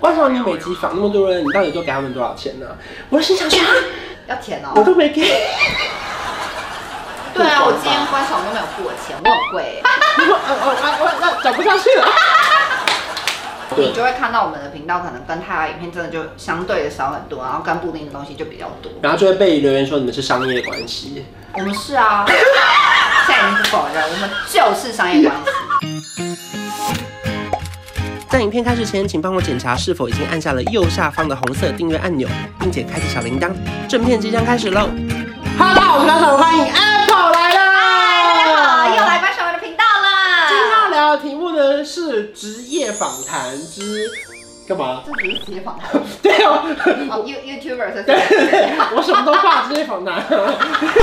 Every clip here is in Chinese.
嘛，你每集访那么多人，你到底都给他们多少钱呢、我就心想说，要填我哦。都没给。对啊，我今天观赏都没有付我钱，我很贵欸。我我我我那讲不下去了。你对，就会看到我们的频道可能跟他的影片真的就相对的少很多，然后跟固定的东西就比较多。然后就会被留言说你们是商业关系。我们 是啊，现在已经不否认了，我们就是商业关系。在影片开始前，请帮我检查是否已经按下了右下方的红色订阅按钮，并且开启小铃铛。正片即将开始喽！Hello，大家好我是老手，欢迎 Apple 来啦！大家好，又来观赏我的频道啦。今天要聊的题目呢是职业访谈之干嘛？这只是职业访谈，对哦，哦，You YouTuber 是不对对是？对， 我什么都挂职业访谈，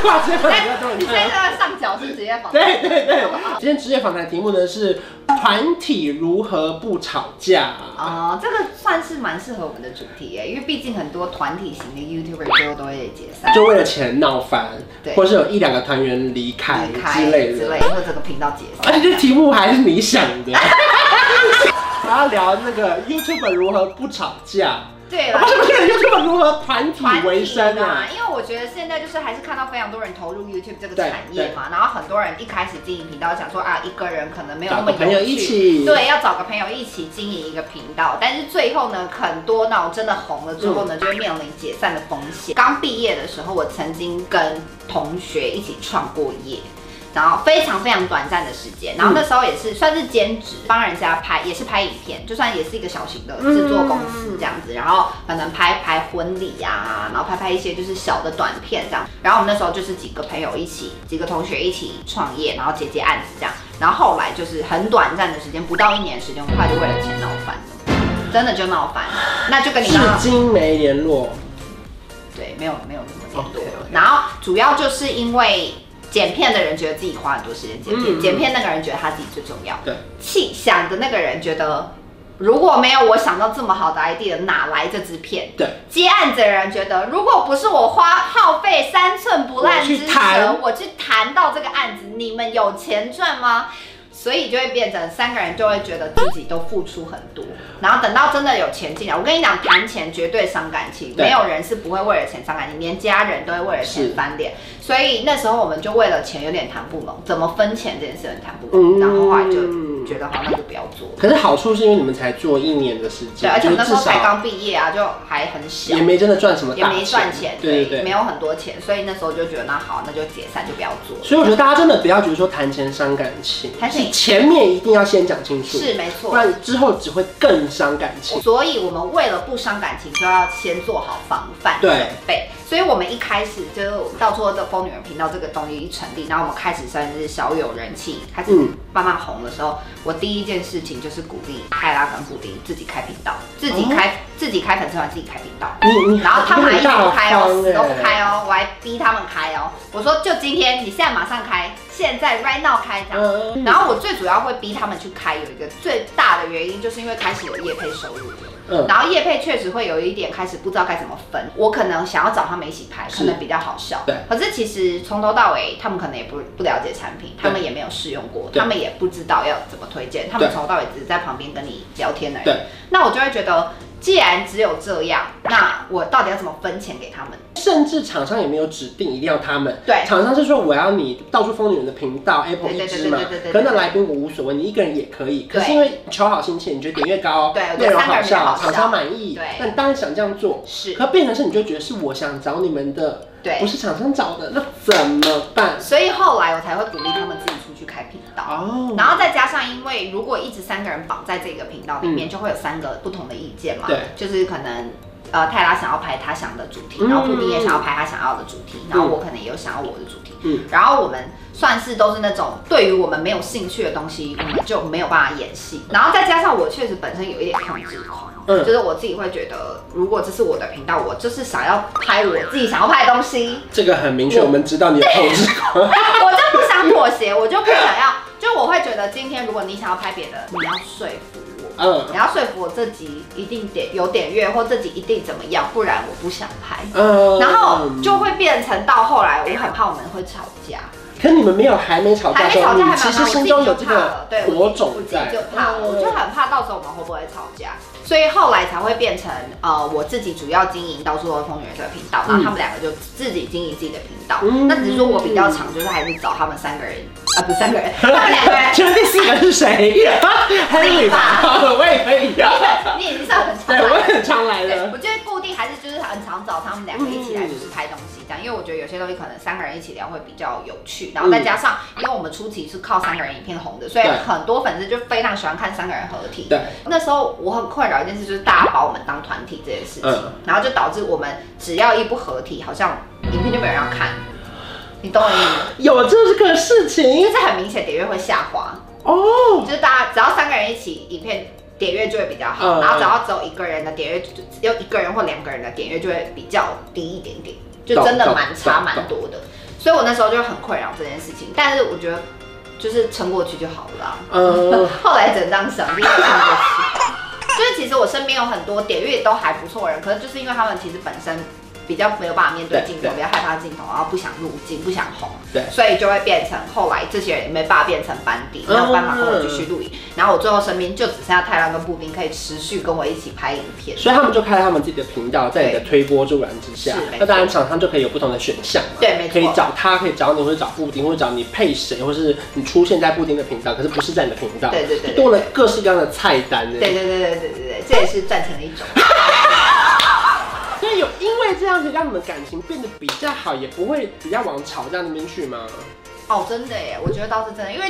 挂职业访谈都哎你你现在看。在上角是职业访谈，对对对，今天职业访谈题目呢是团体如何不吵架。哦，这个算是蛮适合我们的主题耶，因为毕竟很多团体型的 YouTuber 最后都会解散、就为了钱闹翻，对或是有一两个团员离开离开之类之的类，，或者整个频道解而散。且这题目还是你想 的。我要聊那个 YouTube 如何不吵架，对啊 了不。是不是 YouTube 如何团体团为体生嘛啊？，因为我觉得现在就是还是看到非常多人投入 YouTube 这个对产业嘛，然后很多人一开始经营频道想说啊，一个人可能没有那找么个有朋友趣一起，对，要找个朋友一起经营一个频道，但是最后呢，很多那种真的红了之后呢，就会面临解散的风险。刚毕业的时候，我曾经跟同学一起创过业。然后非常非常短暂的时间，然后那时候也是算是兼职，帮人家拍，也是拍影片，就算也是一个小型的制作公司这样子，然后可能拍拍婚礼啊，然后拍拍一些就是小的短片这样，然后我们那时候就是几个朋友一起，几个同学一起创业，然后接接案子这样，然后后来就是很短暂的时间，不到一年的时间，很快就为了钱闹翻了，真的就闹翻了，那就跟你至刚刚今没联络。对，没有没有那么严多 OK，OK。然后主要就是因为剪片的人觉得自己花很多时间剪片，嗯嗯剪片那个人觉得他自己最重要，对，气想的那个人觉得。如果没有我想到这么好的 idea，哪来这支片？对，接案子的人觉得，如果不是我花耗费三寸不烂之我去舌谈，我去谈到这个案子，你们有钱赚吗？所以就会变成三个人就会觉得自己都付出很多，然后等到真的有钱进来，我跟你讲，谈钱绝对伤感情，对没有人是不会为了钱伤感情，连家人都会为了钱是翻脸。所以那时候我们就为了钱有点谈不拢，怎么分钱这件事很谈不拢，嗯然后后来就觉得好，那就不要做了。可是好处是因为你们才做一年的时间，对，而且我们那就是时至候才少刚毕业啊，就还很小也。没真的赚什么也大没赚钱，对所以对对。没有很多钱，所以那时候就觉得那好，那就解散，就不要做了。所以我觉得大家真的不要觉得说谈钱伤感情，谈钱是前面一定要先讲清楚，是没错，不然之后只会更伤感情。所以我们为了不伤感情，就要先做好防范对准备。所以我们一开始就到做这疯女人频道这个东西一成立，然后我们开始算是小有人气，开始嗯慢慢红的时候，我第一件事情就是鼓励泰拉跟布丁自己开频道，自己哦开、自己开粉丝团，自己开频道。你你然后他们还一很直大不开哦，方死都不欸开哦，我还逼他们开哦。我说就今天，你现在马上开，现在 right now 开这样。嗯然后我最主要会逼他们去开，有一个最大的原因，就是因为开始有业配收入了。嗯然后业配确实会有一点开始不知道该怎么分，我可能想要找他们一起拍，是可能比较好笑。对可是其实从头到尾，他们可能也不不了解产品，他们也没有试用过，对他们也不知道要怎么推荐，他们对从头到尾只是在旁边跟你聊天而已对。那我就会觉得，既然只有这样，那我到底要怎么分钱给他们？甚至厂商也没有指定一定要他们，对厂商是说我要你到处疯女人的频道 Apple 对对一对支嘛对对对对，对可能来宾我无所谓，你一个人也可以，可对是因为求好心切，你觉得点阅高对我，觉得内容三个人好比较好笑，笑厂商满意对，那你当然想这样做，是可变成是你就觉得是我想找你们的，对不是厂商找的，那怎么办？所以后来我才会鼓励他们自己出去开频道。哦，然后再加上，因为如果一直三个人绑在这个频道里面，就会有三个不同的意见嘛。对就是可能呃泰拉想要拍他想的主题，嗯然后布丁也想要拍他想要的主题，嗯然后我可能也有想要我的主题。嗯然后我们算是都是那种对于我们没有兴趣的东西，我们就没有办法演戏。然后再加上我确实本身有一点控制狂，嗯就是我自己会觉得，如果这是我的频道，我就是想要拍我自己想要拍的东西。这个很明确，我们知道你有控制狂， 我就不想妥协，我就不想要，就我会觉得今天如果你想要拍别的，你要说服我，嗯你要说服我这集一定点有点阅或这集一定怎么样，不然我不想拍。嗯， 然后就会变成到后来，我很怕我们会吵架，可你们没有还没吵还架的没时吵候，架你还其蛮实我自心己中就有这怕个了，对，我火自己种我自己在， 就怕了，我就嗯很怕到时候我们会不会吵架。所以后来才会变成呃，我自己主要经营到处都是风云这个频道，然后他们两个就自己经营自己的频道。嗯那只是说我比较常就是还是找他们三个人啊、不是三个 人，他们两个人。请问第四个是谁？ 亨利吧，我也可以。啊你已经算很常对，来我了也很常来对，的。我觉得固定还是就是很常找他们嗯两个一起来就是拍东西这样，因为我觉得有些东西可能三个人一起聊会比较有趣，然嗯后再加上因为我们初期是靠三个人影片红的，所以对很多粉丝就非常喜欢看三个人合体。对，那时候我很困扰一件事，就是大家把我们当团体这件事情，嗯然后就导致我们只要一不合体，好像影片就没有人要看，你懂我意 思吗？有这个事就情是很明显点阅会下滑，哦，就是大家只要三个人一起，影片点阅就会比较好，嗯然后只要只有一个人的点阅，就只有一个人或两个人的点阅就会比较低一点点，就真的懂蛮懂差懂蛮多的。所以我那时候就很困扰这件事情，但是我觉得就是撑过去就好了啊、 呃，后来整张想，就是撑过去。就是其实我身边有很多点阅都还不错的人，可是就是因为他们其实本身比较没有办法面对对镜头对，比较害怕镜头，然后不想入镜，不想红，对所以就会变成后来这些人也没办法变成班底，没有办法跟我继续录嗯影。然后我最后身边就只剩下太郎跟步兵可以持续跟我一起拍影片。所以他们就开了他们自己的频道，在你的推波助澜之下是没错，那当然厂商就可以有不同的选项嘛。对没错可以找他，可以找你，或者找布丁，或者找你配谁，或是你出现在布丁的频道，可是不是在你的频道，对对对对多了各式各样的菜单呢。对对对对对对对，这也是赚钱的一种。所以有因为这样子让你们感情变得比较好，也不会比较往吵架那边去吗？哦，真的耶，我觉得倒是真的，因为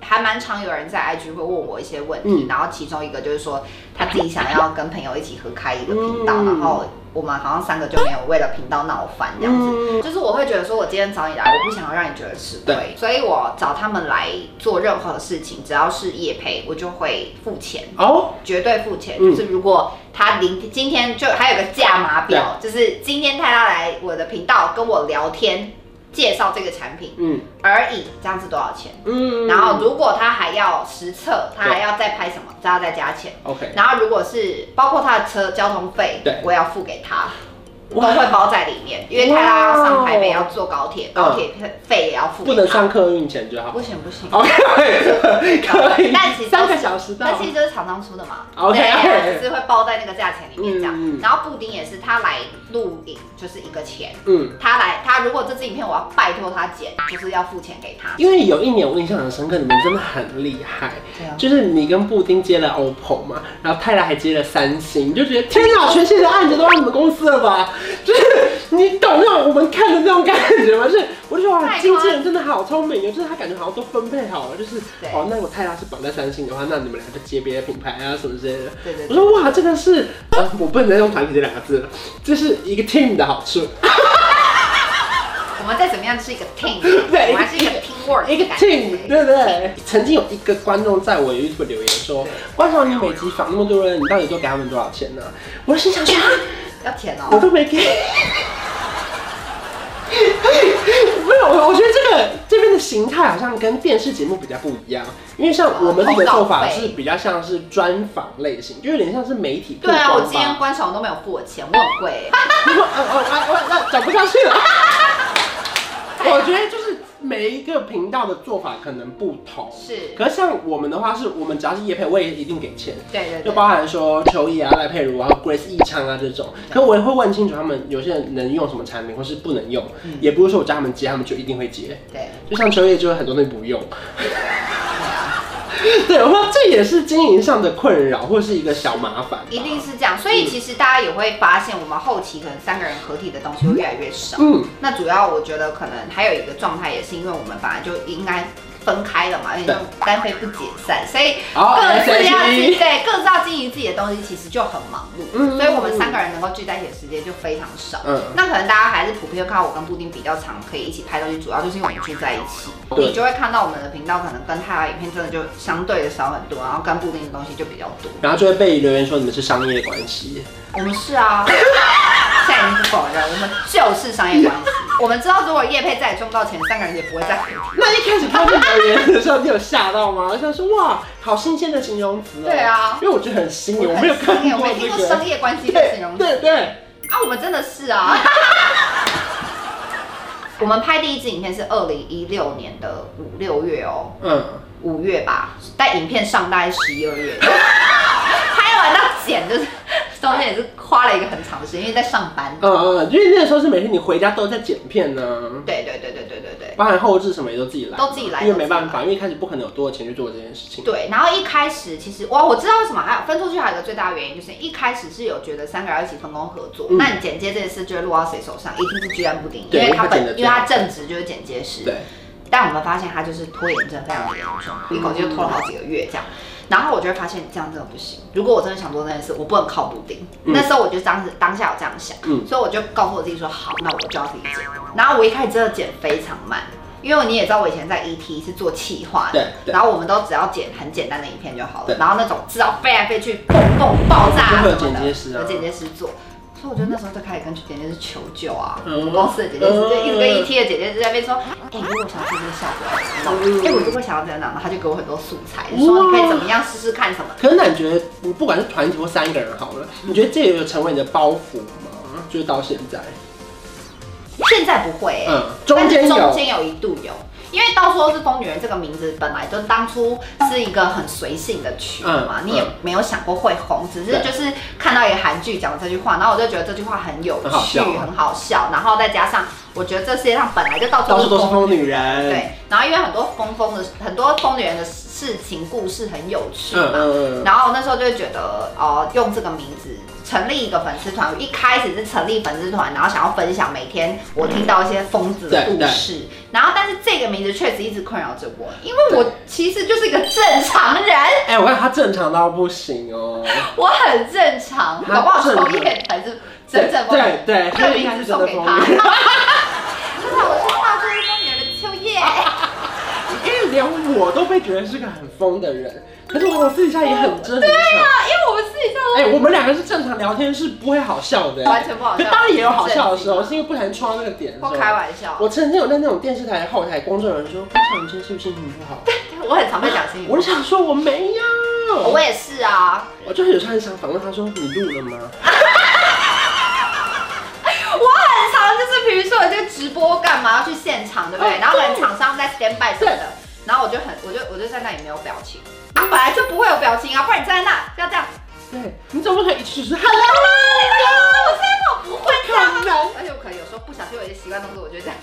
还蛮常有人在 IG 会问我一些问题，嗯然后其中一个就是说他自己想要跟朋友一起合开一个频道，嗯然后我们好像三个就没有为了频道闹翻这样子。嗯，就是我会觉得说，我今天找你来，我不想要让你觉得吃亏对，所以我找他们来做任何事情，只要是业配，我就会付钱。哦，绝对付钱，嗯就是如果他零今天就还有个价码表，就是今天他要来我的频道跟我聊天，介绍这个产品嗯而已，这样是多少钱？嗯然后如果他还要实测，他对还要再拍什么，这要再加钱。 OK，然后如果是包括他的车交通费对，我也要付给他，都哇会包在里面，因为泰拉要上台北，哇要坐高铁，高铁费也要付不给能他上。客运前就好不。行不行， OK，可以， 但其实三个小时到那。其实就是厂商出的嘛 OK，对 OK 只是会包在那个价钱里面这样。嗯嗯然后布丁也是，他来录影就是一个钱，嗯，他来他如果这支影片我要拜托他剪，就是要付钱给他。因为有一年我印象很深刻，你们真的很厉害。对啊，就是你跟布丁接了 OPPO 嘛，然后泰来还接了三星，你就觉得天哪，全世界的案子都让你们公司了吧？就是你懂那种我们看的那种感觉吗？就是我就觉得哇，太夸经纪人真的好聪明哦，就是他感觉好像都分配好了，就是对哦，那我泰拉是绑在三星的话，那你们俩就接别的品牌啊什么之类的。对对我对。说哇，这个是呃，我不能再用团体这两个字了，这是一个 team 的好处，我们再怎么样是一个 team，对我们还是一个 teamwork，一个的感觉 team，对不对？曾经有一个观众在我 YouTube 留言说，观赏你每集访那么多人，你到底都给他们多少钱呢、我心想说，啊要填我哦。都没给。没有，我我觉得这个这边的形态好像跟电视节目比较不一样，因为像我们这个做法是比较像是专访类型，就有点像是媒体曝对光啊，吧。呃我今天观赏都没有付我钱，我很贵。 我我我我那讲不下去了。 我觉得就是每一个频道的做法可能不同，是可是像我们的话，是我们只要是夜配，我也一定给钱。对对就对，包含说邱毅啊、赖佩如啊、Grace 易昌啊这种，可我也会问清楚他们有些人能用什么产品，或是不能用，嗯也不是说我叫他们接，他们就一定会接。对。就像秋叶就有很多东西不用。 对，我说这也是经营上的困扰，或是一个小麻烦吧。一定是这样，所以其实大家也会发现，我们后期可能三个人合体的东西会越来越少。嗯，那主要我觉得可能还有一个状态，也是因为我们本来就应该分开了嘛，有点像单飞不解散，所以 好 E 各自要经 SHE 对各自要经营自己的东西，其实就很忙碌。嗯所以我们三个人能够聚在一起的时间就非常少。嗯那可能大家还是普遍看到我跟布丁比较常可以一起拍东西，主要就是因为我们住在一起，对你就会看到我们的频道可能跟他的影片真的就相对的少很多，然后跟布丁的东西就比较多。然后就会被留言说你们是商业关系。我们是啊， 现在已经不否认，我们就是商业关系。我们知道，如果叶佩再也赚不到钱，三个人也不会再合体。那一开始看到这留言的时候，你有吓到吗？我想说哇，好新鲜的形容词哦。对啊因为我觉得很新颖，我没有很看商业，我过没听这过个商。业关系的形容对词对对，啊，我们真的是啊。 我们拍第一支影片是二零一六年的五六月哦，嗯。 五月吧，但影片上大概十一二月，拍完到险，就是中间也是花了一个很长的时间，因为在上班。嗯嗯，因为那时候是每天你回家都在剪片呢、对对对对对对对包含后置什么也都自己来，都自己来因为没办法，因为一开始不可能有多的钱去做这件事情。对。然后一开始其实哇，我知道为什么还哎有分出去，还有一个最大的原因就是一开始是有觉得三个人要一起分工合作，嗯那你剪接这件事就会落到谁手上，一定是居安不定，因对为他因为他剪得本因为最好他正职就是剪接师，对，但我们发现他就是拖延症非常的严重，一口气就拖了好几个月这样。然后我就会发现这样真的不行。如果我真的想做那件事，我不能靠补丁。嗯那时候我就当时当下有这样想，嗯所以我就告诉我自己说，好，那我就要自己减。然后我一开始真的减非常慢，因为你也知道我以前在 ET 是做企划的，对对然后我们都只要剪很简单的影片就好对了，然后那种知道飞来飞去、蹦蹦爆炸啊就会有什么剪的，接师啊有剪接师做。所以我就那时候就开始跟剪接师求救啊，嗯我们公司的剪接师就一直跟 E 嗯 ET 的剪接师在那边说，哎、如果想要做这个效果要怎么嗯弄？哎、我如果想要怎样怎样，他就给我很多素材，就说你可以怎么样试试看什么的。可是那你觉得，你不管是团体或三个人好了，嗯你觉得这也有成为你的包袱吗？就是到现在，现在不会、欸，嗯，中但是间中有，间有一度有，因为到时候是疯女人这个名字本来就当初是一个很随性的曲嘛，嗯你也没有想过会红，只是就是看到一个韩剧讲这句话，然后我就觉得这句话很有很好趣，笑啊很好笑，然后再加上我觉得这世界上本来就到处到都处是都是疯疯女人，，对，然后因为很多疯疯的很多疯女人的事情故事很有趣嗯嘛，嗯嗯，然后那时候就会觉得，哦、用这个名字成立一个粉丝团，我一开始是成立粉丝团，然后想要分享每天我听到一些疯子的对故事，然后但是这个名字确实一直困扰着我，因为我其实就是一个正常人，哎、我看他正常到不行 哦，我很正常，那搞不好正常抽烟才是真正疯对人，对，这个一开名始字真送的给疯他， 女人，就是我说话这是疯女人的秋叶， 因为连我都被觉得是个很疯的人，可是我私底下也很正常。啊因为我们私底下都哎、我们两个是正常聊天是不会好笑的，完全不好笑可当然也有好笑的时候，是因为不小心戳到那个点的时不候。开玩笑，我曾经有在那种电视台的后台，工作人员说：“潘长真是不是心情不好我很常被讲心？”里我话就，想说我没有，我也是啊。我就有时候很想反问他说：“你录了吗我很常就是，比如说我这个直播干嘛要去现场，对不对？嗯然后可能厂商在 stand by 什么对的，然后我就很，我就我就在那里没有表情，啊，本来就不会有表情啊，不然你站在那要这样，？”对，你怎么可以一直说 h e “hello”？我真的我不会这样不可能 啊，而且我可能有时候不小心有一些习惯动作，我就会这样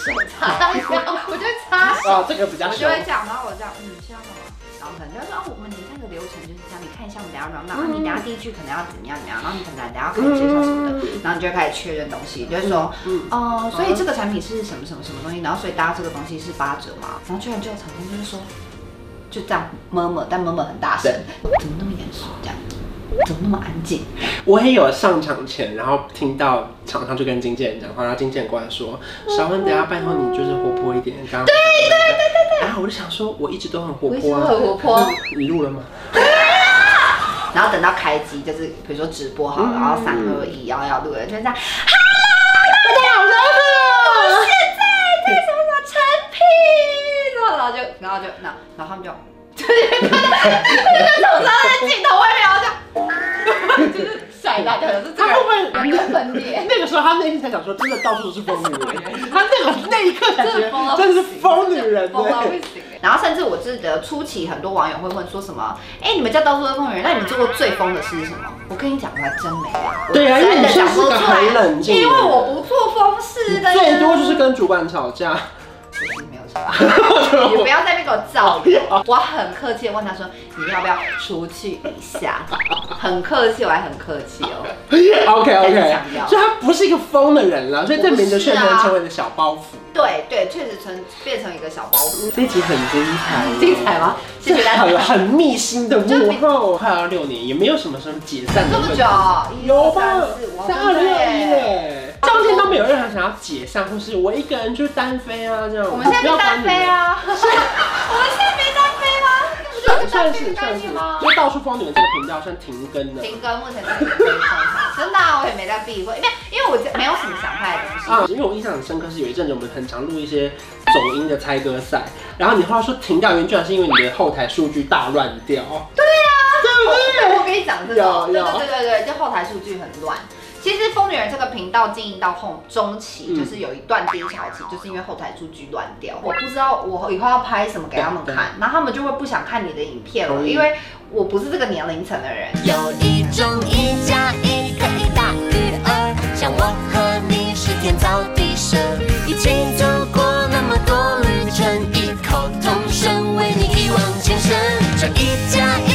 手插一下，我就会插啊，手，这个比较我凶就。会这样，然后我这样，嗯，这样好吗？然后可能就说，哦，我们你看的流程就是这样，你看一下我们等一下软档，然后你等一下第一句可能要怎么样怎么样，然后你可能等一下可以介绍什么的，然后你就会开始确认东西，你就会说，嗯，哦，所以这个产品是什么什么什么东西，然后所以搭这个东西是八折嘛，然后居然就有厂商就是说，就这样么么，但么么很大声，怎么那么严肃这样，怎么那么安静？我也有上场前，然后听到厂商就跟经纪人讲话，然后经纪人过来说：“小温，等一下拜托你就是活泼一点。”刚刚对对对对对。然后我就想说，我一直都很活我一直泼都啊很，活泼，你录了 吗？然后等到开机就是比如说直播好了，然后三二一，然后要录人就这样，大家好，我是我 Elsa 现在在什么什么产品，然后然后就然后就那然后他们就。就是看就是厂商在镜头外面，然后这样，就是 甩大家，就是这他个会不会人人分裂。那个时候他内心才想说，真的到处都是疯女 人。他那个那一刻感觉真的是疯女人欸疯到不对。行。然后甚至我记得初期很多网友会问说什么，哎、你们家到处都是疯女人，那你们做过最疯的事是什么？我跟你讲，我还真没有。对啊我真的讲不出来因为你算是个很冷静的人因为我不做疯事的。最多就是跟主管吵架， 其实没有什么，你不要在那边给我造谣。我很客气的问他说，你要不要出去一下？很客气，我还很客气哦。 OK 再 OK，强调所以他不是一个疯的人了，所以证明着确能成为了小包袱。对对，确实成变成一个小包袱，这一集很精彩哦，精彩吗？谢谢大家。很很密心的幕后，快要六年，也没有什么什么解散的这问么题久，，一有二吧三四，五，三二真六的一耶耶，中间都没有任何想要解散，或是我一个人去单飞啊这样。我们现在不要没管单你们飞啊！我们现在没单飞吗？那不就是单算飞是的概算是念吗，？就到处疯女人这个频道算停更了。啊停更，目前是停更状态。真的啊，我也没在避讳，因为因为我没有什么想拍的东西。啊，因为我印象很深刻，是有一阵子我们很常录一些走音的猜歌赛，然后你后来说停掉原因，居然是因为你的后台数据大乱掉。对啊，对我跟你讲这有种，对有对对对对，就后台数据很乱。其实疯女人这个频道经营到后中期，嗯就是有一段低潮期，就是因为后台数据乱掉，我不知道我以后要拍什么给他们对对看，然后他们就会不想看你的影片了，嗯同意因为我不是这个年龄层的人。有一种中一加一可以大于二，像我和你是天造地设，一起走过那么多旅程，异口同声为你一往情深。这一加一